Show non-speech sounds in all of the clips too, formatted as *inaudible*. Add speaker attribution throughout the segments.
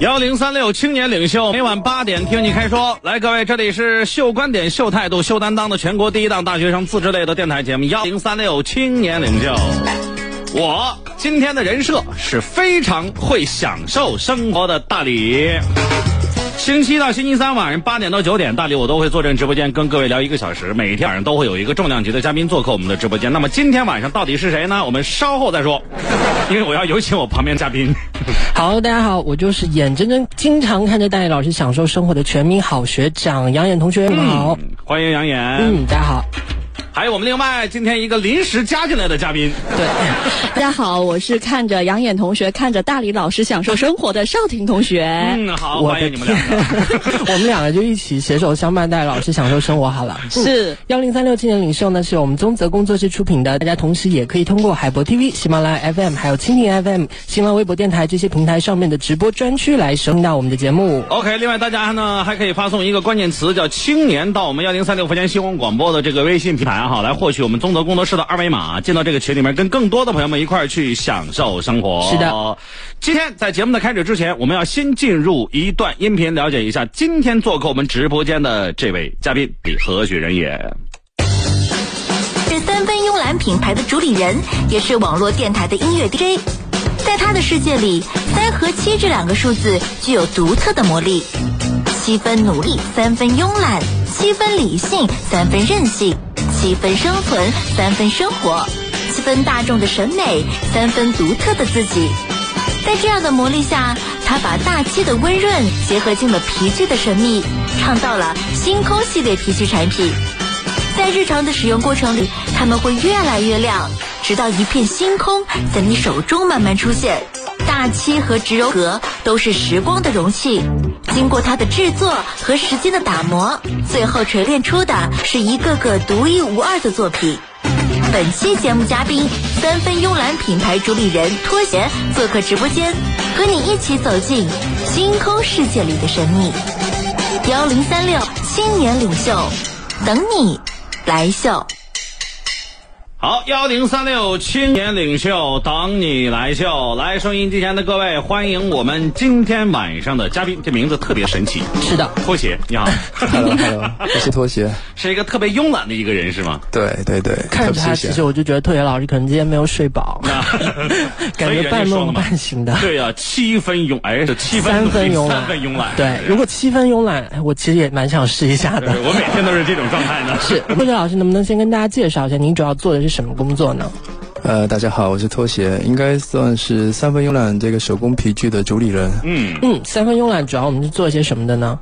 Speaker 1: 幺零三六青年领袖，每晚八点听你开说。来，各位，这里是秀观点、秀态度、秀担当的全国第一档大学生自制类的电台节目幺零三六青年领袖。我今天的人设是非常会享受生活的大理。星期一到星期三晚上八点到九点，大理我都会坐镇直播间跟各位聊一个小时。每天晚上都会有一个重量级的嘉宾做客我们的直播间。那么今天晚上到底是谁呢？我们稍后再说，因为我要有请我旁边嘉宾。
Speaker 2: 好，大家好，我就是眼睁睁经常看着戴老师享受生活的全民好学长杨眼同学，你们好。
Speaker 1: 嗯欢迎杨岩，
Speaker 2: 嗯，大家 *laughs* 好。
Speaker 1: 还有我们另外今天一个临时加进来的嘉宾，
Speaker 2: 对，
Speaker 3: 大家好，我是看着杨眼同学，看着大理老师享受生活的邵婷同学。
Speaker 1: 嗯，好，
Speaker 2: 哎我
Speaker 1: 欢
Speaker 2: 的
Speaker 1: 迎你们两个。
Speaker 2: *laughs* 我们两个就一起携手相伴，戴老师享受生活好了。
Speaker 3: 是
Speaker 2: 幺零三六青年领袖呢，是由我们宗泽工作室出品的。大家同时也可以通过海博 TV、喜马拉雅 FM、还有蜻蜓 FM、新浪微博电台这些平台上面的直播专区来收听到我们的节目。
Speaker 1: OK，另外大家呢还可以发送一个关键词叫“青年”到我们幺零三六福建新闻广播的这个微信平台啊哈，来获取我们中德工作室的二维码，进到这个群里面，跟更多的朋友们一块儿去享受生活。
Speaker 2: 是的，
Speaker 1: 今天在节目的开始之前，我们要先进入一段音频，了解一下今天做客我们直播间的这位嘉宾你何许人也。
Speaker 4: 是三分慵懒品牌的主理人，也是网络电台的音乐 DJ。在他的世界里，三和七这两个数字具有独特的魔力。七分努力，三分慵懒；七分理性，三分任性；七分生存，三分生活；七分大众的审美，三分独特的自己。在这样的魔力下，他把大气的温润结合进了皮具的神秘，创造了星空系列皮具产品。在日常的使用过程里，它们会越来越亮，直到一片星空在你手中慢慢出现。大漆和植鞣革都是时光的容器，经过它的制作和时间的打磨，最后锤炼出的是一个个独一无二的作品。本期节目嘉宾，三分慵懒品牌主理人拖鞋做客直播间，和你一起走进星空世界里的神秘。幺零三六青年领袖，等你来秀。
Speaker 1: 好，幺零三六青年领袖等你来秀，来收音机前的各位，欢迎我们今天晚上的嘉宾，这名字特别神奇，
Speaker 2: 是的，
Speaker 1: 拖鞋，你 *laughs* 好，
Speaker 5: Hello Hello，我是拖鞋。
Speaker 1: 是一个特别慵懒的一个人是吗？
Speaker 5: 对对对，
Speaker 2: 看着
Speaker 5: 特
Speaker 2: 他，
Speaker 5: 别
Speaker 2: 其
Speaker 5: 谢
Speaker 2: 实
Speaker 5: 谢。
Speaker 2: 我就觉得特别老师可能今天没有睡 *laughs* 饱，感
Speaker 1: 所以人
Speaker 2: 觉
Speaker 1: 家
Speaker 2: 半
Speaker 1: 说了
Speaker 2: 梦
Speaker 1: 嘛
Speaker 2: 半醒啊的。
Speaker 1: 对呀、啊七分慵，哎，是七分
Speaker 2: 三分慵懒，
Speaker 1: 三分慵懒，
Speaker 2: 对，如果七分慵懒，哎我其实也蛮想试一下的。
Speaker 1: 我每天都是这种状态呢。
Speaker 2: *laughs* 是，慧哲老师能不能先跟大家介绍一下您主要做的是什么工作呢？
Speaker 5: 呃，大家好，我是拖鞋，应该算是三分慵懒这个手工皮具的主理人。
Speaker 1: 嗯，
Speaker 2: 嗯，三分慵懒主要我们是做些什么的呢？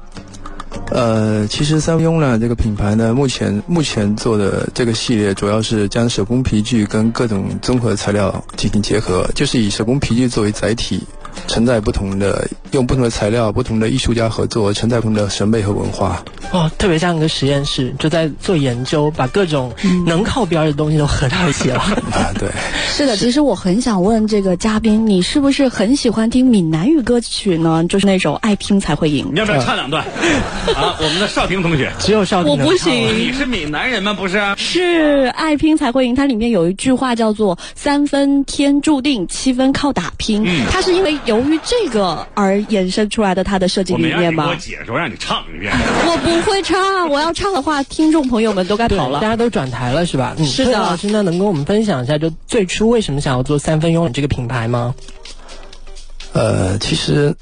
Speaker 5: 呃，其实三分慵懒这个品牌呢，目前目前做的这个系列，主要是将手工皮具跟各种综合材料进行结合，就是以手工皮具作为载体，承载不同的，用不同的材料、不同的艺术家合作，承载不同的审美和文化。
Speaker 2: 哦，特别像一个实验室，就在做研究，把各种
Speaker 3: 嗯
Speaker 2: 能靠边的东西都合到一
Speaker 3: *laughs*
Speaker 2: 起了。
Speaker 5: 啊，对。
Speaker 3: 是的，其实我很想问这个嘉宾，你是不是很喜欢听闽南语歌曲呢？就是那种爱听才会赢
Speaker 1: 你。要不要唱
Speaker 2: *laughs*
Speaker 1: 两段？啊，我们的少婷同学，
Speaker 2: 只有少女
Speaker 3: 我
Speaker 2: 能
Speaker 3: 不
Speaker 2: 唱
Speaker 3: 行
Speaker 1: 你是闽南人吗？不是啊。
Speaker 3: 是爱拼才会赢，它里面有一句话叫做“三分天注定，七分靠打拼”，它是因为由于这个而衍生出来的它的设计
Speaker 1: 我没
Speaker 3: 理
Speaker 1: 让你
Speaker 3: 念
Speaker 1: 给我
Speaker 3: 吗？
Speaker 1: 解释，我让你唱一遍。
Speaker 3: 我不会唱，我要唱的话，听众朋友们都该
Speaker 2: 对，
Speaker 3: 跑
Speaker 2: 大
Speaker 3: 了。
Speaker 2: 家都转台了是吧？嗯，
Speaker 3: 是的
Speaker 2: 慧哲老师呢，能跟我们分享一下，就最初为什么想要做三分慵懒这个品牌吗？
Speaker 5: 呃，其实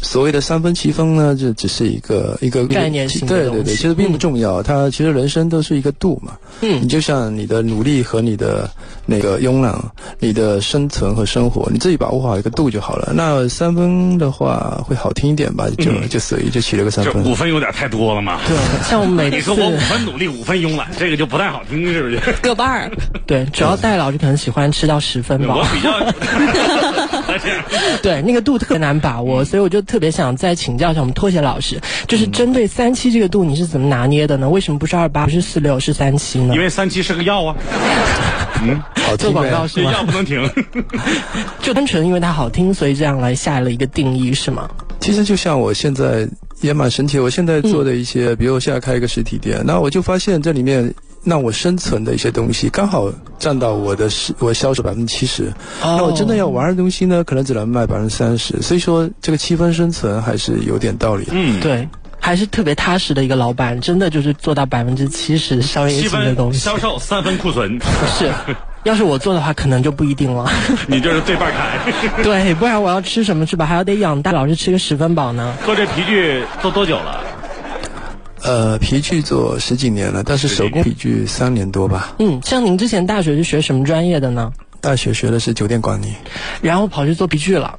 Speaker 5: 所谓的三分七分呢，这只是一个一个
Speaker 2: 概念性的
Speaker 5: 对
Speaker 2: 东
Speaker 5: 对对，
Speaker 2: 西
Speaker 5: 其实并不重要。它其实人生都是一个度嘛。
Speaker 2: 嗯
Speaker 5: 你就像你的努力和你的那个慵懒，你的生存和生活，你自己把握好一个度就好了。那三分的话会好听一点吧，就、
Speaker 2: 嗯
Speaker 5: 就所以就起了个三
Speaker 1: 这
Speaker 5: 分。
Speaker 1: 五分有点太多了嘛。
Speaker 2: 对，像我们每
Speaker 1: 你
Speaker 2: 次
Speaker 1: 说我五分努力，五分慵懒，这个就不太好听，是不是？
Speaker 3: 个伴儿，
Speaker 2: 对，主
Speaker 3: *laughs*
Speaker 2: 要戴老师可能喜欢吃到十分吧
Speaker 1: 我。比
Speaker 2: *laughs*
Speaker 1: 较
Speaker 2: 对，那个度特别难把
Speaker 1: 嗯
Speaker 2: 握，所以我就特别想再请教一下我们拖鞋老师，就是针对三七这个度，你是怎么拿捏的呢？为什么不是二八，不是四六，是三七呢
Speaker 1: 因？为三七是个药啊，
Speaker 5: 好
Speaker 2: 做
Speaker 5: 听
Speaker 2: 广
Speaker 5: 呗。
Speaker 2: 告是
Speaker 1: 这药
Speaker 2: 吗？
Speaker 1: 不能停。
Speaker 2: 就单纯因为它好听，所以这样来下了一个定义是吗？
Speaker 5: 其实就像我现嗯在也蛮神奇，我现在做的一些，比如我现在开一个实体店，那我就发现这里面让我生存的一些东西，刚好占到我的是我销售百分之七十。
Speaker 2: 哦
Speaker 5: 那我真的要玩的东西呢，可能只能卖百分之三十。所以说，这个七分生存还是有点道理。
Speaker 1: 嗯，
Speaker 2: 对，还是特别踏实的一个老板，真的就是做到百分之七十商业
Speaker 1: 七
Speaker 2: 性的东
Speaker 1: 分
Speaker 2: 西
Speaker 1: 销售，三分库
Speaker 2: *laughs*
Speaker 1: 存， *laughs*
Speaker 2: 是。要是我做的话，可能就不一定了。 *laughs*
Speaker 1: 你就是对半砍。
Speaker 2: 对，不然我要吃什么去吧？还要得养大，老是吃个十分饱呢。
Speaker 1: 做这皮具做多久了？
Speaker 5: 呃，皮具做十几年了，但是手工皮具三年多吧。
Speaker 2: 嗯，像您之前大学是学什么专业的呢？
Speaker 5: 大学学的是酒店管理。
Speaker 2: 然后跑去做皮具了。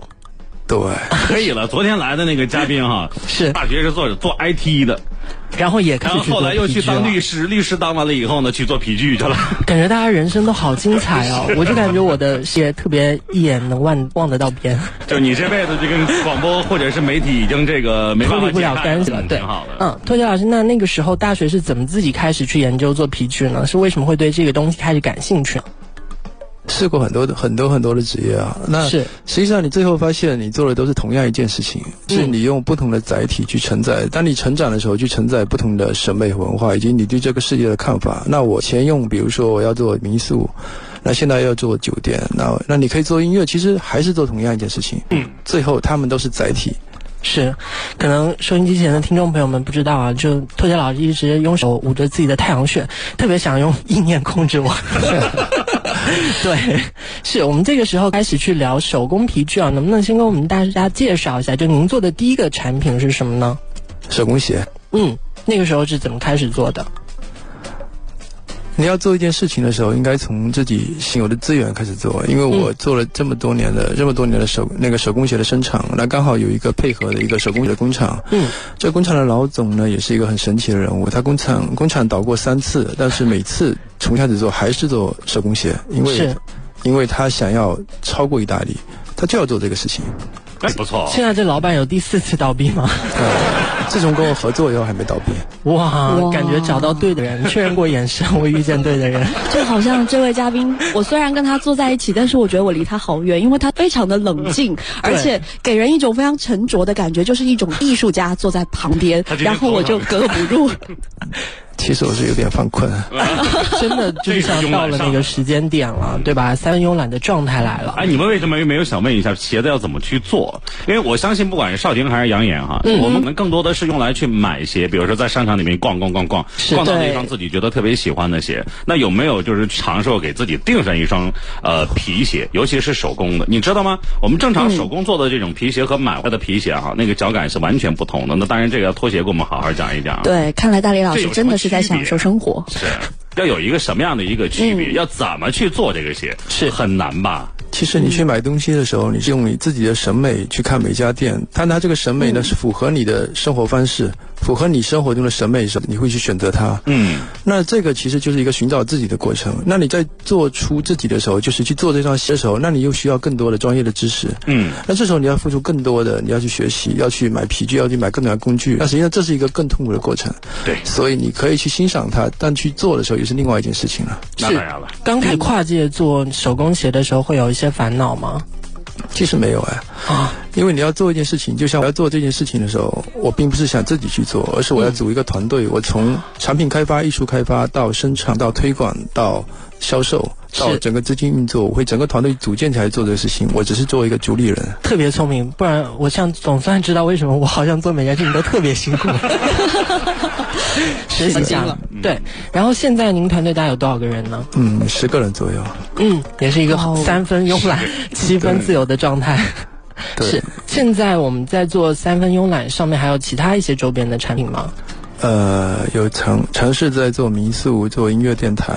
Speaker 5: 对，
Speaker 1: 可以了，昨天来的那个嘉宾哈，
Speaker 2: 是
Speaker 1: 大学是做做 IT 的，
Speaker 2: 然后也开
Speaker 1: 然
Speaker 2: 始
Speaker 1: 后
Speaker 2: 去做
Speaker 1: 后来又去
Speaker 2: 皮具啊了
Speaker 1: 当律师，律师当完了以后呢，去做皮具去
Speaker 2: *laughs*
Speaker 1: 了。
Speaker 2: 感觉大家人生都好精彩
Speaker 1: *laughs*
Speaker 2: 哦！我就感觉我的事业特别一眼能望望得到
Speaker 1: *laughs*
Speaker 2: 边，
Speaker 1: 就你这辈子就跟广播或者是媒体已经这个没
Speaker 2: 脱
Speaker 1: 办法
Speaker 2: 离不了
Speaker 1: 解开
Speaker 2: 干系了。对
Speaker 1: 挺好，的。
Speaker 2: 嗯，托杰老师，那那个时候大学是怎么自己开始去研究做皮具呢？是为什么会对这个东西开始感兴趣呢？
Speaker 5: 试过很多的很多很多的职业啊。那
Speaker 2: 是
Speaker 5: 实际上，你最后发现你做的都是同样一件事情，是你用不同的载体去承载。当你成长的时候，去承载不同的审美和文化，以及你对这个世界的看法。那我前用，比如说我要做民宿，那现在要做酒店，那那你可以做音乐，其实还是做同样一件事情。嗯，最后他们都是载体。
Speaker 2: 是，可能收音机前的听众朋友们不知道啊，就托杰老师一直用手捂着自己的太阳穴，特别想用 *laughs* 意念控制我。 *laughs* 对，是我们这个时候开始去聊手工皮具啊，能不能先跟我们大家介绍一下，就您做的第一个产品是什么呢？
Speaker 5: 手工鞋，
Speaker 2: 嗯，那个时候是怎么开始做的？
Speaker 5: 你要做一件事情的时候，应该从自己现有的资源开始做。因为
Speaker 2: 嗯
Speaker 5: 我做了这么多年的、这么多年的手那个手工鞋的生产，那刚好有一个配合的一个手工鞋的工厂。
Speaker 2: 嗯，
Speaker 5: 这工厂的老总呢，也是一个很神奇的人物。他工厂工厂倒过三次，但是每次从开始做还是做手工鞋，因为
Speaker 2: 是
Speaker 5: 因为他想要超过意大利，他就要做这个事情。
Speaker 1: 哎，不错，
Speaker 2: 现在这老板有第四次倒闭 *laughs* 吗？
Speaker 5: 呃，自从跟我合作以后还没倒闭。
Speaker 2: 哇，
Speaker 3: 哇
Speaker 2: 感觉找到对的人，确认过眼神，我遇见对的人。
Speaker 3: 就好像这位嘉
Speaker 1: *laughs*
Speaker 3: 宾，我虽然跟他坐在一起，但是我觉得我离他好远，因为他非常的冷静，而且给人一种非常沉着的感觉，就是一种艺术家坐在旁边
Speaker 1: 他今，天
Speaker 3: 然后我就格格不入。
Speaker 5: 其实我是有点犯困。
Speaker 2: 真的就是像到了那个时间点了，对吧？三慵懒的状态来了。
Speaker 1: 哎，你们为什么没有想问一下鞋子要怎么去做？因为我相信，不管是少婷还是杨岩哈，
Speaker 2: 嗯
Speaker 1: 我们可能更多的是用来去买鞋，比如说在商场里面逛逛逛逛，
Speaker 2: 是
Speaker 1: 逛到
Speaker 2: 对
Speaker 1: 那双自己觉得特别喜欢的鞋。那有没有就是尝试过给自己订上一双呃皮鞋，尤其是手工的？你知道吗？我们正常
Speaker 2: 嗯
Speaker 1: 手工做的这种皮鞋和买回来的皮鞋哈，那个脚感是完全不同的。那当然，这个要拖鞋给我们好好讲一讲。。
Speaker 3: *laughs* 对，看来大李老
Speaker 1: 这
Speaker 3: 师
Speaker 1: 有什么
Speaker 3: 真的是在
Speaker 1: 区别
Speaker 3: 享受生活。
Speaker 1: 是要有一个什么样的一个区别？要怎么去做这个鞋？
Speaker 2: 嗯是
Speaker 1: 很难吧？
Speaker 5: 其实你去买东西的时候，你是用你自己的审美去看每家店，但它这个审美呢是符合你的生活方式，符合你生活中的审美的时候，你会去选择它。
Speaker 1: 嗯，
Speaker 5: 那这个其实就是一个寻找自己的过程。那你在做出自己的时候，就是去做这双鞋的时候，那你又需要更多的专业的知识。
Speaker 1: 嗯，
Speaker 5: 那这时候你要付出更多的，你要去学习，要去买皮具，要去买更多的工具。那实际上这是一个更痛苦的过程。
Speaker 1: 对
Speaker 5: 所以你可以去欣赏它，但去做的时候又是另外一件事情了。
Speaker 1: 那
Speaker 2: 是
Speaker 1: 当然了。
Speaker 2: 刚开始跨界做手工鞋的时候，会有一些烦恼吗？
Speaker 5: 其实没有哎，
Speaker 2: 啊，
Speaker 5: 因为你要做一件事情，就像我要做这件事情的时候，我并不是想自己去做，而是我要组一个团队。我从产品开发、艺术开发到生产、到推广、到销售、到
Speaker 2: 是
Speaker 5: 整个资金运作，我会整个团队组建起来做这个事情。我只是作为一个主理人。
Speaker 2: 特别聪明，不然我像总算知道为什么我好像做每件事情都特别辛 *laughs* 苦。学习一下了，对。然后现在您团队大概有多少个人呢？
Speaker 5: 嗯，十个人左右。
Speaker 2: 嗯，也是一个
Speaker 3: 哦
Speaker 2: 三分慵
Speaker 5: *laughs*
Speaker 2: 懒、七分自由的状态。
Speaker 5: 对
Speaker 2: 是，现在我们在做三分慵懒上面还有其他一些周边的产品吗？
Speaker 5: 呃，有尝尝试在做民宿、做音乐电台。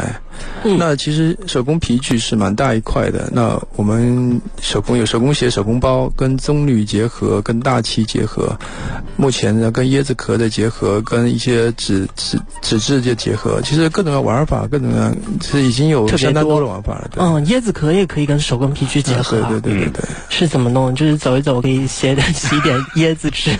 Speaker 2: 嗯
Speaker 5: 那其实手工皮具是蛮大一块的。那我们手工有手工鞋、手工包，跟棕榈结合，跟大漆结合。目前呢，跟椰子壳的结合，跟一些纸纸纸质的结合，其实各种的玩法，各种的是已经有
Speaker 2: 特别
Speaker 5: 相当
Speaker 2: 多
Speaker 5: 多的玩法了。对，
Speaker 2: 嗯，椰子壳也可以跟手工皮具结合、啊
Speaker 5: 对对对对对。
Speaker 2: 是怎么弄？就是走一走，可以写点 *laughs* 洗点椰子吃。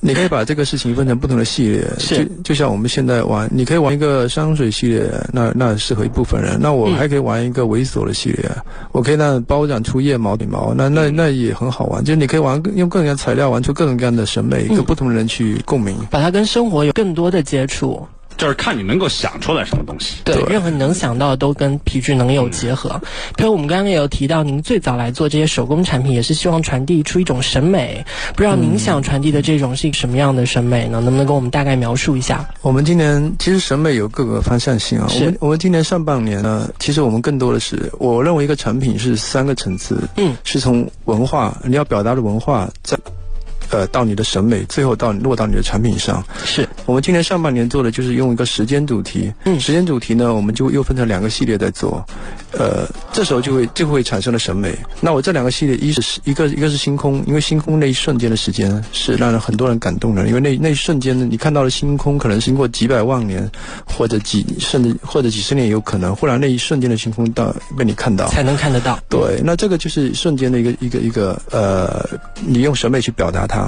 Speaker 5: 你可以把这个事情分成不同的系列，
Speaker 2: 是
Speaker 5: 就就像我们现在玩，你可以玩一个香水系列，那那适合一部分人。那我
Speaker 2: 嗯
Speaker 5: 还可以玩一个猥琐的系列，我可以让包染出腋毛、腿毛，那
Speaker 2: 嗯
Speaker 5: 那那也很好玩。就是你可以玩用各种各样的
Speaker 2: 嗯
Speaker 5: 材料玩出各种各样的审美，跟不同的人去共鸣。
Speaker 2: 把它跟生活有更多的接触。
Speaker 1: 就是看你能够想出来什么东西。
Speaker 2: 对，嗯任何你能想到的都跟皮具能有结合。比如我们刚刚也有提到，您最早来做这些手工产品，也是希望传递出一种审美。不知道您想传递的这种是一个什么样的审美呢？能不能跟我们大概描述一下？
Speaker 5: 我们今年其实审美有各个方向性啊。
Speaker 2: 是
Speaker 5: 我们我们今年上半年呢，其实我们更多的是，我认为一个产品是三个层次，
Speaker 2: 嗯，
Speaker 5: 是从文化你要表达的文化，再呃到你的审美，最后到落到你的产品上。
Speaker 2: 是
Speaker 5: 我们今年上半年做的就是用一个时间主题，
Speaker 2: 嗯
Speaker 5: 时间主题呢，我们就又分成两个系列在做，呃，这时候就会就会产生了审美。那我这两个系列，一是一个一个是星空，因为星空那一瞬间的时间是让人很多人感动的，因为那那一瞬间呢，你看到的星空可能经过几百万年，或者几甚至或者几十年也有可能，忽然那一瞬间的星空到被你看到。
Speaker 2: 才能看得到。
Speaker 5: 对，那这个就是瞬间的一个一个一个呃，你用审美去表达它。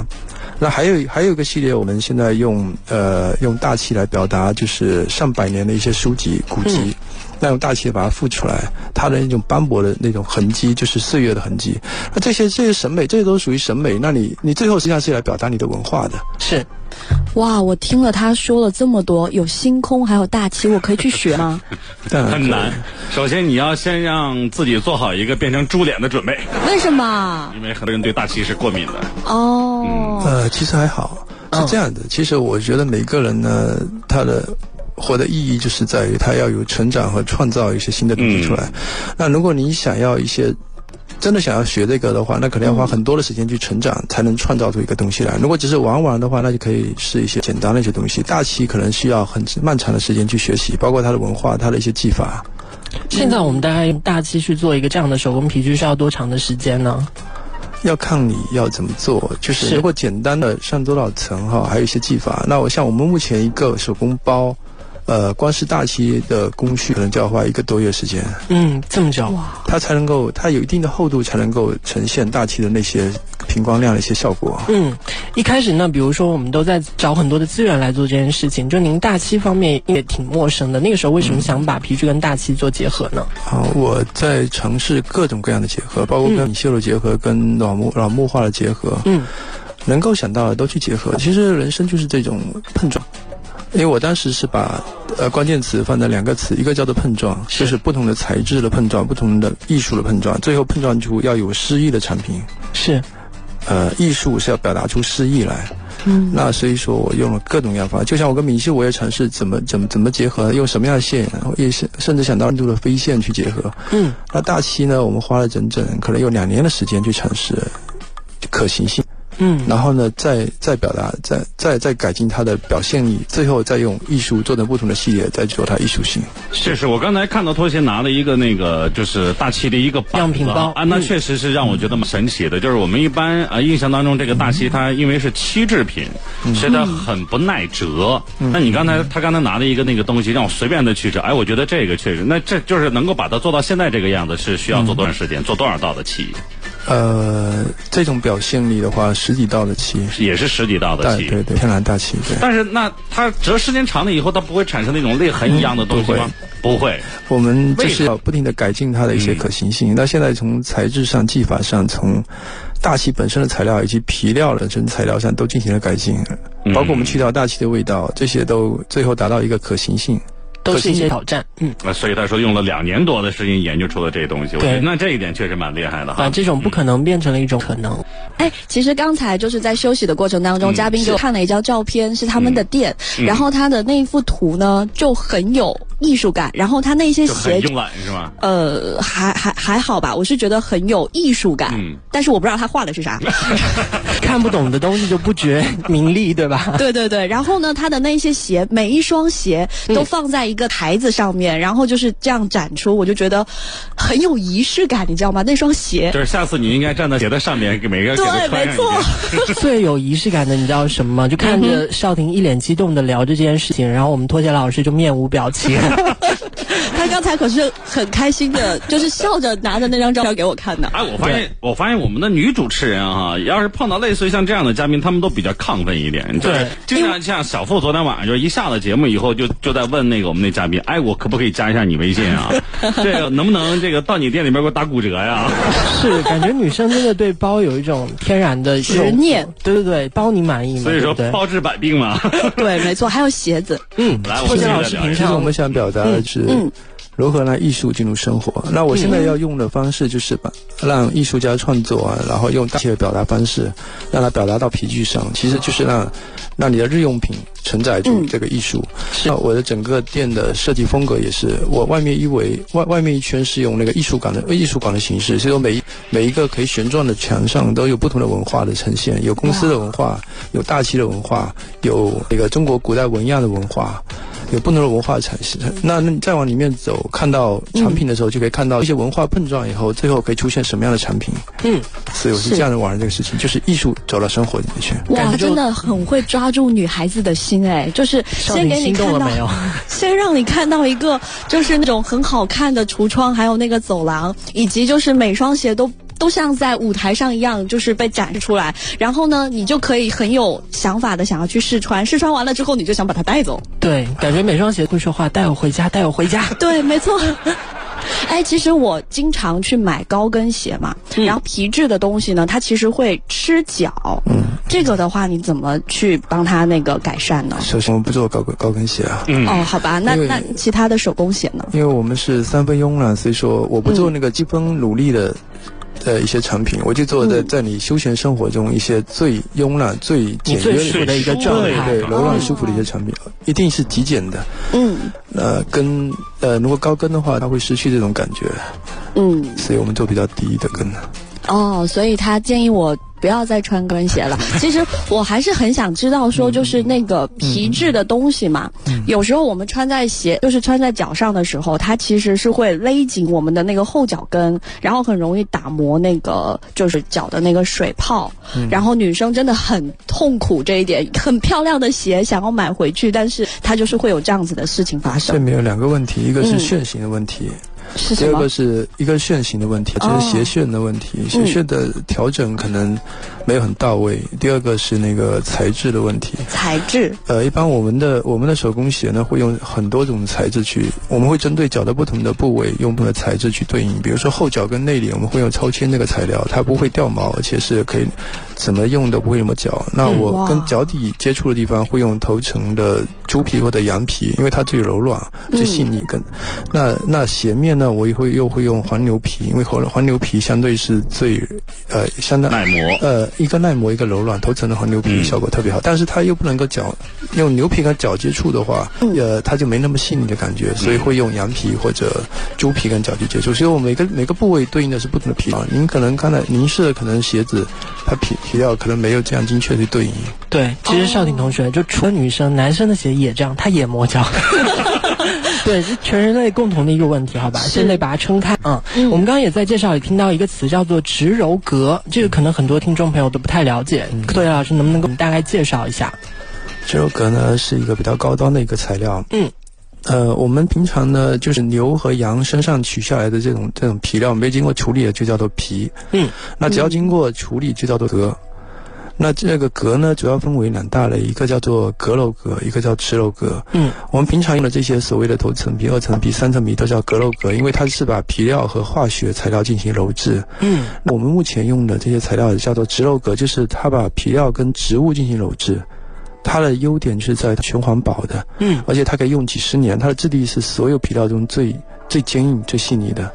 Speaker 5: 那还有还有一个系列，我们现在用呃用大气来表达，就是上百年的一些书籍古籍。那用大气把它复出来，它的那种斑驳的那种痕迹，就是岁月的痕迹。那这些这些审美，这些都属于审美。那你你最后实际上是来表达你的文化的。
Speaker 2: 是，
Speaker 1: 啊
Speaker 3: 哇，我听了他说了这么多，有星空，还有大气，我可以去
Speaker 1: *laughs*
Speaker 3: 学吗？
Speaker 5: 但
Speaker 1: 很难。首先，你要先让自己做好一个变成猪脸的准备，
Speaker 3: 为什么？
Speaker 1: *laughs* 因为很多人对大气是过敏的。嗯
Speaker 3: 哦，
Speaker 5: 呃，其实还好，是这样的。其实我觉得每个人呢，他的活的意义就是在于他要有成长和创造一些新的东西出来。那如果你想要一些。真的想要学这个的话，那可能要花很多的时间去成长，才能创造出一个东西来。如果只是玩玩的话，那就可以是一些简单的一些东西。大气可能需要很漫长的时间去学习，包括它的文化、它的一些技法。
Speaker 2: 现在我们大概用大漆去做一个这样的手工皮具，需要多长的时间呢？
Speaker 5: 要看你要怎么做，就是
Speaker 2: 是
Speaker 5: 如果简单的上多少层哈，还有一些技法。那我像我们目前一个手工包，呃，光是大漆的工序可能就要花一个多月时间，
Speaker 2: 嗯，这么久。
Speaker 5: 它才能够它有一定的厚度才能够呈现大漆的那些平光亮的一些效果。
Speaker 2: 嗯，一开始呢，比如说我们都在找很多的资源来做这件事情，就您大漆方面也挺陌生的，那个时候为什么想把皮具跟大漆做结合呢？
Speaker 5: 好，我在尝试各种各样的结合，包括跟米秀的结合，跟老木老木画的结合，
Speaker 2: 嗯，
Speaker 5: 能够想到的都去结合。其实人生就是这种碰撞。因为我当时是把呃关键词放在两个词，一个叫做碰撞，就是不同的材质的碰撞，不同的艺术的碰撞，最后碰撞出要有诗意的产品。
Speaker 2: 是，
Speaker 5: 呃，艺术是要表达出诗意来。嗯，那所以说我用了各种样法，就像我跟米秀，我也尝试怎么怎么怎么结合，用什么样的线，然后也是甚至想到印度的飞线去结合。
Speaker 2: 嗯，
Speaker 5: 那大漆呢，我们花了整整可能有两年的时间去尝试可行性，
Speaker 2: 嗯，
Speaker 5: 然后呢，再再表达，再再再改进它的表现力，最后再用艺术做成不同的系列，再做它艺术性。
Speaker 1: 这是我刚才看到拖鞋拿了一个那个，就是大漆的一个板子啊
Speaker 2: 样品包
Speaker 1: 啊，那确实是让我觉得蛮神奇的。就是我们一般啊印象当中，这个大漆它因为是漆制品，所以它很不耐折。那你刚才他刚才拿了一个那个东西，让我随便的去折，哎，我觉得这个确实，那这就是能够把它做到现在这个样子，是需要做多长时间，做多少道的漆，
Speaker 5: 呃，这种表现力的话，十几道的漆，
Speaker 1: 也是十几道的
Speaker 5: 大
Speaker 1: 漆。
Speaker 5: 对对，天然大漆，对。
Speaker 1: 但是那它折时间长了以后，它不会产生那种泪痕一样的东西吗？不会。
Speaker 5: 我们就
Speaker 1: 为什
Speaker 5: 是要不停的改进它的一些可行性。那现在从材质上、技法上，从大漆本身的材料以及皮料本身材料上都进行了改进，包括我们去掉大漆的味道，这些都最后达到一个可行性。
Speaker 2: 都是一些挑战。嗯，
Speaker 1: 啊，所以他说用了两年多的时间研究出了这东西，我觉得
Speaker 2: 对
Speaker 1: 那这一点确实蛮厉害的
Speaker 2: 把
Speaker 1: 哈。
Speaker 2: 啊这种不可能变成了一种可能。
Speaker 3: 哎，其实刚才就是在休息的过程当
Speaker 1: 嗯
Speaker 3: 中，嘉宾给我看了一张照片，是他们的店，然后他的那一幅图呢就很有艺术感，然后他那些
Speaker 1: 就很
Speaker 3: 鞋。
Speaker 1: 慵懒是吗？
Speaker 3: 呃，还还还好吧，我是觉得很有艺术感，
Speaker 1: 嗯
Speaker 3: 但是我不知道他画的是
Speaker 1: *laughs*
Speaker 3: 啥。
Speaker 2: 看不懂的东西就不觉名利，对
Speaker 3: *laughs*
Speaker 2: 吧？
Speaker 3: 对对对，然后呢，他的那些鞋，每一双鞋
Speaker 1: 嗯
Speaker 3: 都放在一个台子上面，然后就是这样展出，我就觉得很有仪式感，你知道吗？那双鞋，
Speaker 1: 就是下次你应该站在鞋的上面，给每个人给他
Speaker 3: 对，
Speaker 1: 穿
Speaker 3: 没
Speaker 1: 上一
Speaker 3: 错。
Speaker 1: 件。
Speaker 2: 最有仪式感的，你知道什么吗？就看
Speaker 3: 嗯
Speaker 2: 着
Speaker 3: *laughs*
Speaker 2: 少婷一脸激动的聊着这件事情，然后我们拖鞋老师就面无表情。
Speaker 3: 他刚才可是很开心的，就是笑着拿着那张照片给我看的。
Speaker 1: 哎，我发现，我发现我们的女主持人啊，要是碰到类似于像这样的嘉宾，他们都比较亢奋一点。就是就像像小付昨天晚上，就是一下了节目以后就，就在问那个我们那嘉宾，哎，我可不可以加一下你微信啊？这个能不能这个到你店里边给我打骨折呀？
Speaker 2: 是感觉女生真的对包有一种天然的
Speaker 3: 执
Speaker 2: 诱惑
Speaker 3: 念，
Speaker 2: 对对对，包你满意嘛？
Speaker 1: 所以说
Speaker 2: 对不对
Speaker 1: 包治百病
Speaker 2: *laughs*
Speaker 1: 嘛。
Speaker 3: 对，没错，还有鞋子。
Speaker 2: 嗯，
Speaker 1: 来我
Speaker 2: 霍
Speaker 1: 们
Speaker 2: 建
Speaker 1: 接着
Speaker 2: 老师
Speaker 1: 聊
Speaker 2: 平
Speaker 1: 一
Speaker 5: 其实我
Speaker 2: 常
Speaker 5: 们想表达的是
Speaker 3: 嗯嗯，
Speaker 5: 如何让艺术进入生活。那我现
Speaker 2: 嗯
Speaker 5: 在要用的方式就是把让艺术家创作啊，然后用大体的表达方式，让它表达到皮具上，其实就是让让你的日用品承载住
Speaker 3: 嗯
Speaker 5: 这个艺术。那我的整个店的设计风格也是，我外面一围外外面一圈是用那个艺术感的艺术感的形式，所以说每一每一个可以旋转的墙上都有不同的文化的呈现，有公司的文化，有大旗的文化，有那个中国古代纹样的文化。有不同的文化产生。那那你再往里面走，看到产品的时候，就可以看到一些文化碰撞以后，最后可以出现什么样的产品。
Speaker 2: 嗯，
Speaker 5: 所以我是
Speaker 3: 是
Speaker 5: 这样的玩儿这个事情，就是艺术走到生活里面去。
Speaker 2: 感
Speaker 3: 哇，
Speaker 2: 觉就
Speaker 3: 真的很会抓住女孩子的心哎，就是
Speaker 2: 少
Speaker 3: 先
Speaker 2: 女
Speaker 3: 给你
Speaker 2: 心动
Speaker 3: 看
Speaker 2: 了
Speaker 3: 到
Speaker 2: 没有？
Speaker 3: 先让你看到一个就是那种很好看的橱窗，还有那个走廊，以及就是每双鞋都。都像在舞台上一样，就是被展示出来，然后呢，你就可以很有想法的想要去试穿，试穿完了之后，你就想把它带走。
Speaker 2: 对，感觉每双鞋会说话，带我回家，带我回家。
Speaker 3: 对，没错。 *laughs* 哎，其实我经常去买高跟鞋嘛，
Speaker 5: 嗯
Speaker 3: 然后皮质的东西呢，它其实会吃脚。嗯，这个的话，你怎么去帮它那个改善呢？
Speaker 5: 首先，我们不做高跟高跟鞋啊，
Speaker 3: 哦，好吧，那
Speaker 5: 因为
Speaker 3: 那其他的手工鞋呢？
Speaker 5: 因为我们是三分慵懒，所以说我不做那个积分努力的。呃，一些产品，我就做在在你休闲生活中一些最慵懒、最
Speaker 2: 你
Speaker 5: 简约
Speaker 2: 最
Speaker 5: 的
Speaker 2: 舒服的一个
Speaker 1: 最
Speaker 2: 状
Speaker 1: 舒服
Speaker 2: 态，
Speaker 5: 对柔软舒服的一些产品，一定是极简的。
Speaker 3: 嗯
Speaker 5: 呃，跟呃，如果高跟的话，它会失去这种感觉，
Speaker 3: 嗯，
Speaker 5: 所以我们做比较低的跟。
Speaker 3: 哦，所以他建议我不要再穿高跟鞋
Speaker 5: *laughs*
Speaker 3: 了。其实我还是很想知道，
Speaker 5: 嗯
Speaker 3: 说就是那个皮质的东西嘛，有时候我们穿在鞋，就是穿在脚上的时候，它其实是会勒紧我们的那个后脚跟，然后很容易打磨那个就是脚的那个水泡。
Speaker 5: 嗯
Speaker 3: 然后女生真的很痛苦这一点，很漂亮的鞋想要买回去，但是它就是会有这样子的事情发
Speaker 5: 这里
Speaker 3: 生。
Speaker 5: 面有两个问题，一个是
Speaker 3: 嗯
Speaker 5: 楦型的问题，
Speaker 3: 是
Speaker 5: 第
Speaker 3: 什
Speaker 5: 二
Speaker 3: 么哦
Speaker 5: 个？是一个楦型的问题，就是鞋楦的问题，
Speaker 3: 嗯
Speaker 5: 鞋楦的调整可能没有很到位。第二个是那个材质的问题，
Speaker 3: 材质。
Speaker 5: 呃，一般我们的我们的手工鞋呢，会用很多种材质去，我们会针对脚的不同的部位，用不同的材质去对应。比如说后脚跟内里，我们会用超纤这个材料，它不会掉毛，而且是可以怎么用都不会磨脚。那我
Speaker 3: 哇
Speaker 5: 跟脚底接触的地方会用头层的猪皮或者羊皮，因为它最柔软、最细腻跟。那那鞋面呢，我也会又会用黄牛皮，因为黄黄牛皮相对是最呃相当
Speaker 1: 耐磨。
Speaker 5: 呃，一个耐磨，一个柔软，头层的和牛皮效果特别好，但是它又不能够脚用牛皮跟脚接触的话，呃，它就没那么细腻的感觉，所以会用羊皮或者猪皮跟脚去接触。所以我每个每个部位对应的是不同的皮啊。您可能刚才您试的可能鞋子，它皮皮料可能没有这样精确的对应。
Speaker 2: 对，其实少婷同学，就除了女生，男生的鞋也这样，他也磨脚。对，是全人类共同的一个问题，好吧？先得把它撑开。嗯，我们刚刚也在介绍里听到一个词叫做植鞣革，这个可能很多听众朋友都不太了解。对，老师能不能给我们大概介绍一下？
Speaker 5: 植鞣革呢是一个比较高端的一个材料。
Speaker 2: 嗯。
Speaker 5: 呃，我们平常呢，就是牛和羊身上取下来的这种这种皮料，没经过处理的就叫做皮。
Speaker 2: 嗯，
Speaker 5: 那只要经过处理就叫做革。那这个革呢，主要分为两大类，一个叫做革鞣革，一个叫齿鞣革。
Speaker 2: 嗯，
Speaker 5: 我们平常用的这些所谓的头层皮、二层皮、三层皮都叫革鞣革，因为它是把皮料和化学材料进行鞣制。
Speaker 2: 嗯，
Speaker 5: 那我们目前用的这些材料叫做植鞣革，就是它把皮料跟植物进行鞣制。它的优点是在全环保的，
Speaker 2: 嗯，
Speaker 5: 而且它可以用几十年，它的质地是所有皮料中最最坚硬、最细腻的。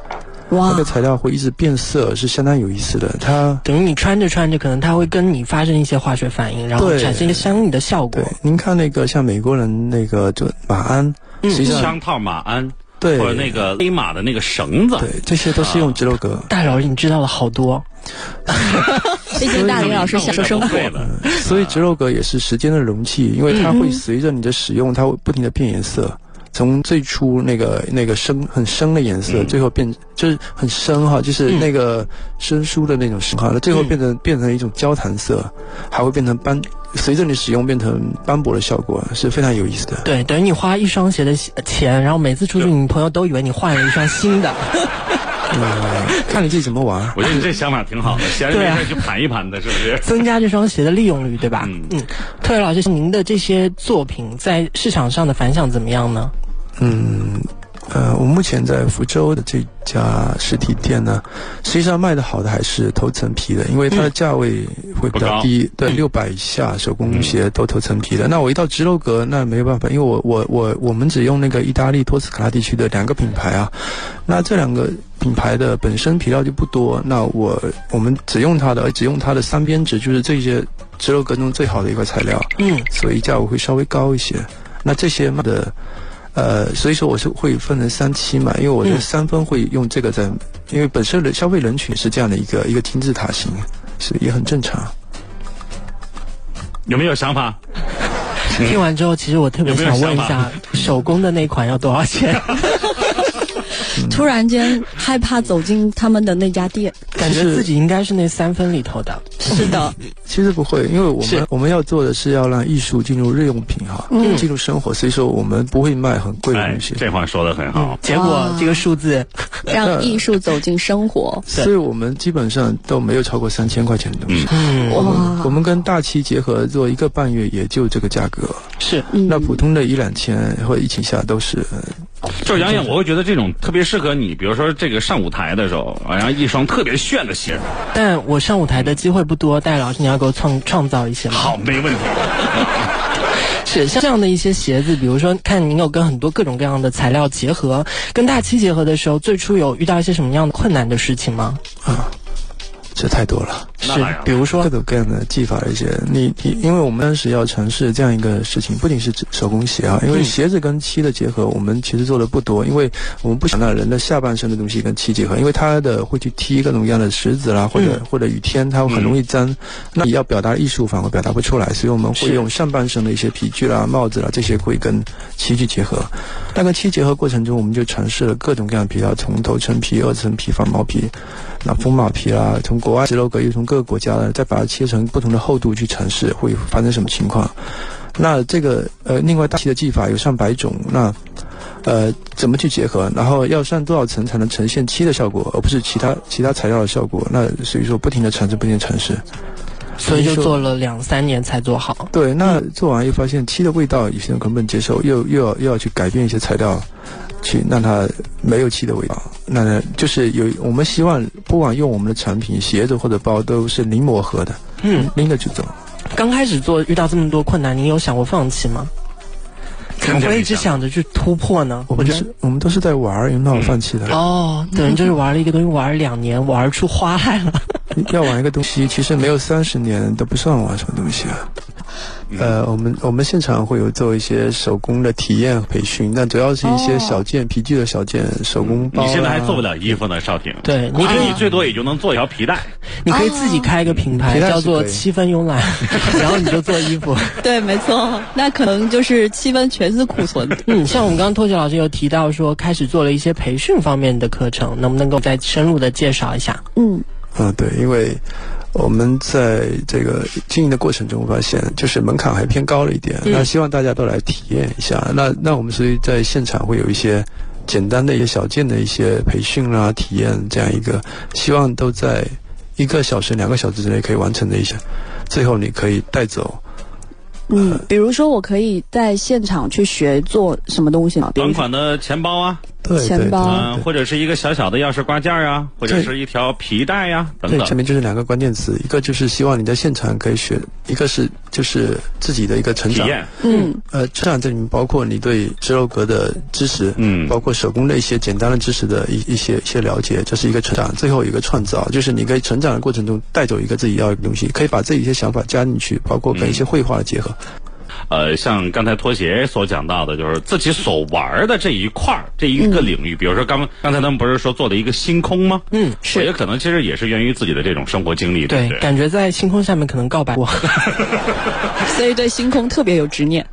Speaker 5: 它
Speaker 3: 哇
Speaker 5: 的材料会一直变色，是相当有意思的。它
Speaker 2: 等于你穿着穿着，可能它会跟你发生一些化学反应，然后
Speaker 5: 对
Speaker 2: 产生一个相应的效果
Speaker 5: 对。，您看那个像美国人那个就马鞍，
Speaker 2: 嗯
Speaker 5: 实际上、
Speaker 1: 枪套马鞍，
Speaker 5: 对
Speaker 1: 或者那个勒马的那个绳子，
Speaker 5: 对，这些都是用植鞣革。
Speaker 2: 大老师，你知道了好多。
Speaker 3: 毕竟大林老师享受生活。
Speaker 1: 对的，
Speaker 5: *laughs* 所以植鞣革也是时间的容器，因为它会随着你的使用，它会不停的变颜色。从最初那个那个深很深的颜色，
Speaker 1: 嗯
Speaker 5: 最后变就是很深哈，就是那个生疏的那种深哈，那最后变成变成一种焦糖色，还会变成斑，随着你使用变成斑驳的效果，是非常有意思的。
Speaker 2: 对，等于你花一双鞋的钱，然后每次出去，你朋友都以为你换了一双新的。
Speaker 5: 嗯，看你自己怎么玩。
Speaker 1: 我觉得你这想法挺
Speaker 2: *laughs*
Speaker 1: 好的，闲着
Speaker 2: 对
Speaker 1: 没
Speaker 2: 啊
Speaker 1: 事去盘一盘的，是不是？
Speaker 2: 增加这双鞋的利用率，对吧？
Speaker 1: 嗯
Speaker 2: 嗯，特别老师，您的这些作品在市场上的反响怎么样呢？
Speaker 5: 嗯，呃，我目前在福州的这家实体店呢，实际上卖的好的还是头层皮的，因为它的价位会比较低，对，六百以下手工鞋都头层皮的。那我一到直楼阁，那没有办法，因为我我我我们只用那个意大利托斯卡纳地区的两个品牌啊，那这两个品牌的本身皮料就不多，那我我们只用它的，而只用它的三边纸，就是这些直楼阁中最好的一块材料。
Speaker 2: 嗯
Speaker 5: 所以价位会稍微高一些。那这些卖的，呃，所以说我是会分成三期嘛，因为我觉得
Speaker 2: 嗯
Speaker 5: 三分会用这个在，因为本身的消费人群是这样的一个一个金字塔型，是也很正常。
Speaker 1: 有没有想法？
Speaker 2: 听完之后，其实我特别
Speaker 1: 嗯有没有
Speaker 2: 想问一
Speaker 1: 想 *laughs*
Speaker 2: 下，手工的那款要多少钱？
Speaker 3: 突然间害怕走进他们的那家店。
Speaker 2: 感觉自己应该是那三分里头的。
Speaker 3: 是的，
Speaker 5: 其实不会，因为我
Speaker 2: 是嗯
Speaker 5: 们我们要做的是要让艺术进入日用品哈，进入生活，所以说我们不会卖很贵的
Speaker 1: 哎，
Speaker 5: 东西。
Speaker 1: 这话说的很好。
Speaker 2: 结果
Speaker 3: 哇
Speaker 2: 这个数字，
Speaker 3: 让艺术走进生活。
Speaker 5: 所以我们基本上都没有超过三千块钱的东西。
Speaker 2: 嗯，
Speaker 5: 我
Speaker 3: 哇
Speaker 5: 们我们跟大七结合做一个半月，也就这个价格。
Speaker 2: 是
Speaker 5: 那普通的一两千或者疫情下都是呃
Speaker 1: 就是杨洋，我会觉得这种特别适合你，比如说这个上舞台的时候，然后一双特别炫的鞋，
Speaker 2: 但我上舞台的机会不多，戴老师你要给我创创造一些吗？
Speaker 1: 好，没问题。
Speaker 2: 是像这样的一些鞋子，比如说看您有跟很多各种各样的材料结合，跟大漆结合的时候，最初有遇到一些什么样的困难的事情吗？
Speaker 5: 这太多了，
Speaker 1: 那
Speaker 2: 是
Speaker 1: 当然，
Speaker 2: 比如说
Speaker 5: 各，种各样的技法的一些，你你，因为我们当时要尝试这样一个事情，不仅是指手工鞋啊，因为
Speaker 2: 嗯
Speaker 5: 鞋子跟漆的结合，我们其实做的不多，因为我们不想让人的下半身的东西跟漆结合，因为它的会去踢各种各样的石子啦，或
Speaker 2: 嗯
Speaker 5: 者、或者雨天，它会很容易脏。那你要表达艺术反而表达不出来，所以我们会
Speaker 2: 是
Speaker 5: 用上半身的一些皮具啦、帽子啦这些会跟漆去结合。那跟漆结合过程中，我们就尝试了各种各样的皮料，从头层皮、二层皮、仿毛皮，那风马皮啦，从国外直楼阁又从各个国家的，再把它切成不同的厚度去尝试，会发生什么情况？那这个呃，另外大漆的技法有上百种，那呃怎么去结合？然后要上多少层才能呈现漆的效果，而不是其他其他材料的效果？那所以说不停的尝试，不停的尝试。
Speaker 2: 所以就
Speaker 5: 说
Speaker 2: 做了两三年才做好。
Speaker 5: 对，那做完又发现漆的味道有些人可能不能接受，又又要又要去改变一些材料，去让它没有漆的味道。那呢，就是有我们希望，不管用我们的产品、鞋子或者包，都是零磨合的，
Speaker 2: 嗯，
Speaker 5: 拎着去走。
Speaker 2: 刚开始做遇到这么多困难，您有想过放弃吗？怎么会一直想着去突破呢？
Speaker 5: 我
Speaker 2: 我
Speaker 5: 们
Speaker 2: 觉
Speaker 5: 就
Speaker 2: 得。
Speaker 5: 是我们都是在玩儿，有没有放弃的？
Speaker 2: 哦，等于就是玩了一个东西，玩了两年，玩出花来了。
Speaker 5: 要玩一个东西，其实没有三十年都不算玩什么东西啊。呃，我们我们现场会有做一些手工的体验培训，但主要是一些小件、皮具的小件、手工
Speaker 1: 嗯
Speaker 5: 包、
Speaker 1: 你现在还做不。了衣服呢，少婷。
Speaker 2: 啊对，啊
Speaker 1: 我
Speaker 2: 你
Speaker 1: 觉
Speaker 2: 可
Speaker 1: 得
Speaker 2: 以，
Speaker 1: 你最多也就能做一条皮带，
Speaker 2: 你可以自己开一个品牌，
Speaker 5: 皮带是
Speaker 2: 叫做“
Speaker 5: 可以
Speaker 2: 七分慵懒”，然后你就做衣服。
Speaker 3: *laughs* 对，没错，那可能就是气温全是库存。
Speaker 2: 嗯，像我们刚刚托杰老师有提到说，开始做了一些培训方面的课程，能不能够再深入的介绍一下？
Speaker 3: 嗯，
Speaker 5: 嗯，对，因为我们在这个经营的过程中发现，就是门槛还偏高了一点。
Speaker 2: 嗯
Speaker 5: 那希望大家都来体验一下。那那我们所以在现场会有一些简单的一些小件的一些培训啦、体验这样一个，希望都在一个小时、两个小时之内可以完成的一些，最后你可以带走。
Speaker 3: 嗯，比如说我可以在现场去学做什么东西吗？比如
Speaker 1: 短
Speaker 3: 说
Speaker 1: 款的钱包啊，
Speaker 5: 对对
Speaker 3: 钱
Speaker 5: 对
Speaker 1: 嗯、
Speaker 3: 包
Speaker 5: 对
Speaker 1: 或者是一个小小的钥匙挂件啊，或者
Speaker 5: 对
Speaker 1: 是一条皮带呀、等
Speaker 5: 对，
Speaker 1: 等
Speaker 5: 下。面就是两个关键词，一个就是希望你在现场可以学，一个是就是自己的一个成
Speaker 1: 体
Speaker 5: 长，
Speaker 1: 验，
Speaker 3: 嗯，
Speaker 5: 呃，成长这里面包括你对植鞣革的知识，
Speaker 1: 嗯
Speaker 5: 包括手工的一些简单的知识的一一些一些了解，这是一个成长。最后一个创造，就是你可以成长的过程中带走一个自己要的东西，可以把自己一些想法加进去，包括跟一些绘画的结合。
Speaker 1: 呃，像刚才拖鞋所讲到的，就是自己所玩的这一块儿这一个领域，比如说刚刚才他们不是说做的一个星空吗？
Speaker 2: 嗯，
Speaker 1: 我觉得可能其实也是源于自己的这种生活经历，对
Speaker 2: 对
Speaker 1: 不，对？
Speaker 2: 感觉在星空下面可能告白我。
Speaker 3: 所以对星空特别有执念。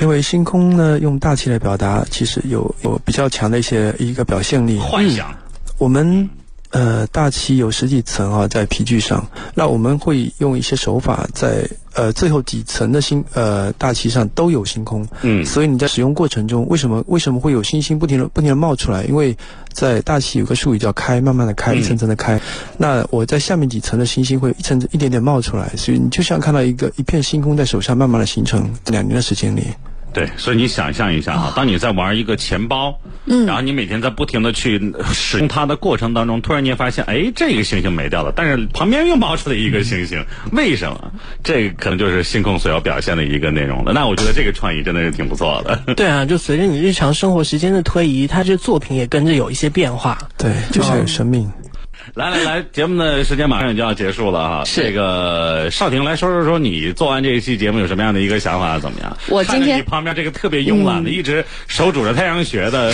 Speaker 5: 因为星空呢，用大气来表达，其实有有比较强的一些一个表现力。
Speaker 1: 幻想。
Speaker 5: 我们呃大气有十几层啊，在皮具上，那我们会用一些手法在呃最后几层的星呃大气上都有星空，
Speaker 1: 嗯
Speaker 5: 所以你在使用过程中，为什么为什么会有星星不停的不停的冒出来？因为在大气有个术语叫开，慢慢的开，
Speaker 1: 嗯
Speaker 5: 一层层的开。那我在下面几层的星星会一层一点点冒出来，所以你就像看到一个一片星空在手上慢慢的形成。这两年的时间里，
Speaker 1: 对，所以你想象一下
Speaker 3: 哦
Speaker 1: 哈，当你在玩一个钱包，嗯，然后你每天在不停的去使用它的过程当中，突然间发现，哎，这个星星没掉了，但是旁边又冒出了一个星星，
Speaker 3: 嗯
Speaker 1: 为什么？这个可能就是星空所要表现的一个内容了。那我觉得这个创意真的是挺不错的。 *laughs*
Speaker 2: 对啊，就随着你日常生活时间的推移，它这作品也跟着有一些变化。
Speaker 5: 对，就像有生命。
Speaker 1: 来来来，节目的时间马上也就要结束了哈。
Speaker 2: 是
Speaker 1: 这个少婷来说说说你做完这一期节目有什么样的一个想法？怎么样？
Speaker 3: 我
Speaker 1: 看着
Speaker 3: 今天嗯
Speaker 1: 你旁边这个特别慵懒的，一直手拄着太阳穴
Speaker 3: *laughs*
Speaker 1: 的，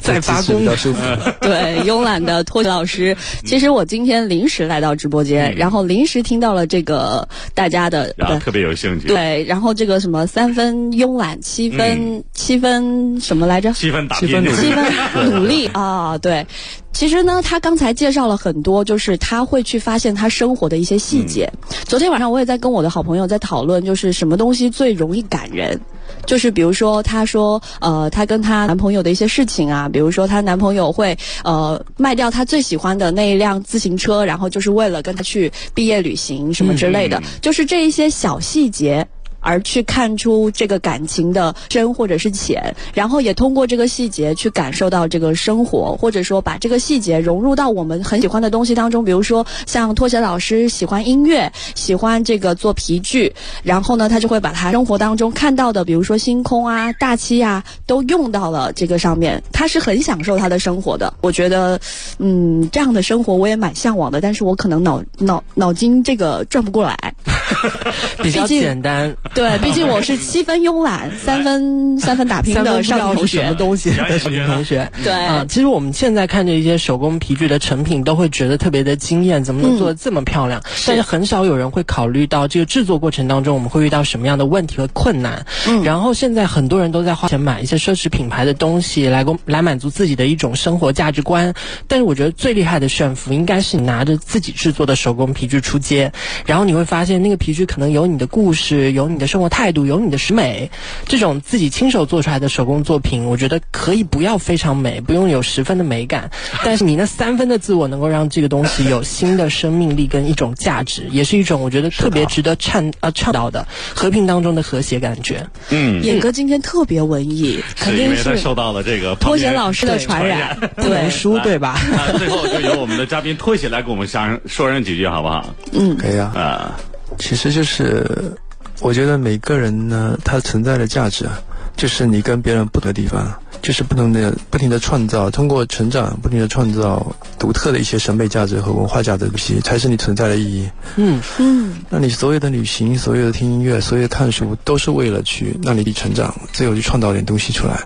Speaker 2: 在发
Speaker 5: 姿势比
Speaker 2: 功
Speaker 5: 较舒服。
Speaker 3: 对，慵懒的托老师。其实我今天临时来到直播间，然后临时听到了这个大家的
Speaker 1: 然后特别有兴趣，
Speaker 3: 对，然后这个什么三分慵懒，七分、七分什么来着？
Speaker 1: 气氛打
Speaker 5: 气氛
Speaker 1: 拼
Speaker 5: 努力
Speaker 3: 嗯七分努力啊，对。其实呢，他刚才介绍了很多，就是他会去发现他生活的一些细节。昨天晚上我也在跟我的好朋友在讨论，就是什么东西最容易感人。就是比如说，她说，呃，她跟她男朋友的一些事情啊，比如说她男朋友会呃卖掉她最喜欢的那一辆自行车，然后就是为了跟她去毕业旅行什么之类的，就是这一些小细节。而去看出这个感情的深或者是浅，然后也通过这个细节去感受到这个生活，或者说把这个细节融入到我们很喜欢的东西当中。比如说，像拖鞋老师喜欢音乐，喜欢这个做皮具，然后呢，他就会把他生活当中看到的，比如说星空啊、大气啊，都用到了这个上面。他是很享受他的生活的。我觉得，嗯，这样的生活我也蛮向往的，但是我可能脑脑脑筋这个转不过
Speaker 1: *laughs*
Speaker 3: 来。
Speaker 2: 比较
Speaker 3: 毕竟
Speaker 2: 简单，
Speaker 3: 对，毕竟我是七分
Speaker 1: *laughs*
Speaker 3: 慵懒，三分三分打拼
Speaker 2: 三
Speaker 3: 的
Speaker 2: 分不知
Speaker 3: 少
Speaker 2: 道
Speaker 3: 年同
Speaker 2: 是什么
Speaker 3: 学。
Speaker 2: 东西
Speaker 1: 少年
Speaker 2: 的
Speaker 1: 同
Speaker 2: 少
Speaker 1: 学
Speaker 2: 年同学。
Speaker 3: 对
Speaker 2: 啊，其实我们现在看着一些手工皮具的成品，都会觉得特别的惊艳，怎么能做的这么漂亮？但嗯是很少有人会考虑到这个制作过程当中，我们会遇到什么样的问题和困难。嗯，然后现在很多人都在花钱买一些奢侈品牌的东西来供来满足自己的一种生活价值观，但是我觉得最厉害的炫富应该是你拿着自己制作的手工皮具出街，然后你会发现那个皮具可能有你的故事，有你的生活态度，有你的审美，这种自己亲手做出来的手工作品，我觉得可以不要非常美，不用有十分的美
Speaker 1: *laughs*
Speaker 2: 感，但是你那三分的自我能够让这个东西有新的生命力跟一种价值，也是一种我觉得特别值得倡呃倡导的和平当中的和谐感觉。
Speaker 1: 嗯，
Speaker 3: 野哥今天特别文艺，肯
Speaker 1: 是因
Speaker 3: 定
Speaker 1: 为他
Speaker 3: 是
Speaker 1: 受到了这个
Speaker 3: 拖鞋
Speaker 1: 旁边
Speaker 3: 老师的传染。
Speaker 2: 不能
Speaker 3: 对，
Speaker 2: 输对吧？
Speaker 1: 啊，最后就由我们的嘉宾拖鞋来给我们相声说上几句好不好？
Speaker 5: 可以啊，
Speaker 1: 啊，
Speaker 5: 其实就是我觉得每个人呢，他存在的价值啊，就是你跟别人不同的地方，啊就是不同的不停的创造，通过成长不停的创造独特的一些审美价值和文化价值的东西，才是你存在的意义。
Speaker 2: 嗯，
Speaker 5: 那你所有的旅行，所有的听音乐，所有的看书，都是为了去让你成长，最后去创造点东西出来。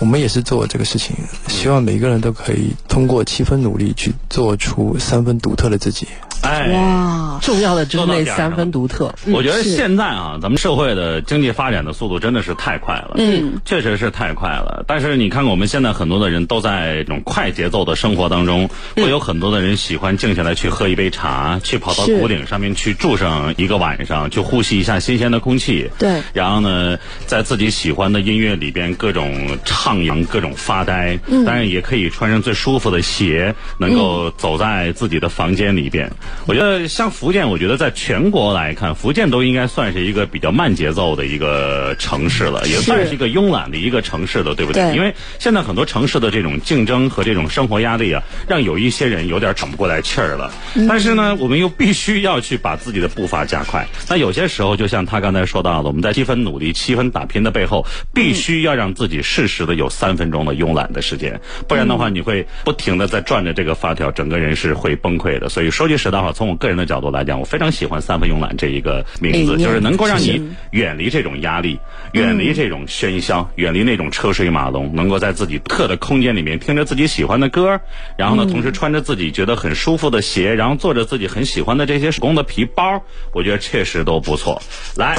Speaker 5: 我们也是做这个事情，希望每个人都可以通过七分努力去做出三分独特的自己。
Speaker 1: 哎。
Speaker 3: 哇，
Speaker 2: 重要的就是
Speaker 1: 说到
Speaker 2: 那
Speaker 1: 点儿上
Speaker 2: 三
Speaker 1: 了
Speaker 2: 分独特。
Speaker 1: 我觉得
Speaker 3: 是
Speaker 1: 现在啊，咱们社会的经济发展的速度真的是太快了，
Speaker 3: 嗯，
Speaker 1: 确实是太快了。但是你看，我们现在很多的人都在这种快节奏的生活当中，会有很多的人喜欢静下来去喝一杯茶，去跑到
Speaker 3: 是
Speaker 1: 谷顶上面去住上一个晚上，去呼吸一下新鲜的空气。
Speaker 3: 对
Speaker 1: 然后呢，在自己喜欢的音乐里边各种徜徉，各种发呆。嗯，当然也可以穿上最舒服的鞋，能够走在自己的房间里边。我觉得像福建，我觉得在全国来看，福建都应该算是一个比较慢节奏的一个城市了，也算是一个慵懒的一个城市了，对不对？
Speaker 3: 对
Speaker 1: 因为现在很多城市的这种竞争和这种生活压力啊，让有一些人有点喘不过来气儿了。但是呢，我们又必须要去把自己的步伐加快。那有些时候，就像他刚才说到的，我们在七分努力、七分打拼的背后，必须要让自己适时的有三分钟的慵懒的时间，不然的话，你会不停的在转着这个发条，整个人是会崩溃的。所以说句实在话，从我个人的角度来讲，我非常喜欢“三分慵懒”这一个名字，
Speaker 3: 理念
Speaker 1: 就是能够让你远离这种压力，远离这种喧嚣，远离那种车水马龙，能够在自己特的空间里面听着自己喜欢的歌，然后呢，同时穿着自己觉得很舒服的鞋，然后做着自己很喜欢的这些手工的皮包，我觉得确实都不错。来。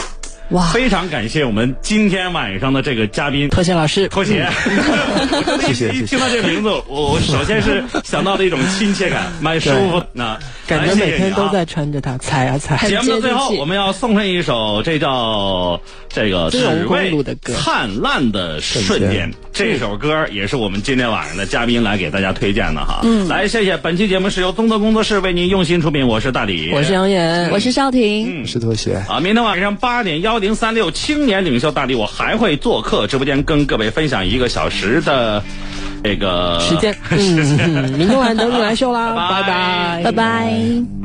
Speaker 2: 哇
Speaker 1: 非常感谢我们今天晚上的这个嘉宾
Speaker 2: 拖鞋老师，
Speaker 1: 拖鞋。 *laughs*
Speaker 5: 谢谢
Speaker 1: 一
Speaker 5: 谢谢
Speaker 1: 听到这个名字，我我首先是想到的一种亲切感，蛮舒服的。那
Speaker 2: 感觉
Speaker 1: 来谢谢
Speaker 2: 每天
Speaker 1: 你啊
Speaker 2: 都在穿着它踩啊踩。
Speaker 1: 节目的最后
Speaker 3: 很接地，气
Speaker 1: 我们要送上一首，这叫这个
Speaker 2: 这是
Speaker 1: 只
Speaker 2: 吴公
Speaker 1: 为
Speaker 2: 路的歌
Speaker 1: 灿烂的瞬间。这首歌也是我们今天晚上的嘉宾来给大家推荐的哈。嗯，来，谢谢。本期节目是由东德工作室为您用心出品，我是大李，
Speaker 2: 我是杨岩，
Speaker 3: 我是邵婷。
Speaker 5: 是拖鞋。
Speaker 1: 啊，明天晚上八点幺零三六青年领袖大力，我还会做客直播间，跟各位分享一个小时的这个 *laughs*
Speaker 2: 嗯时间，嗯，明天晚上等你来秀啦，
Speaker 1: 拜拜嗯
Speaker 2: 拜拜
Speaker 3: 拜拜。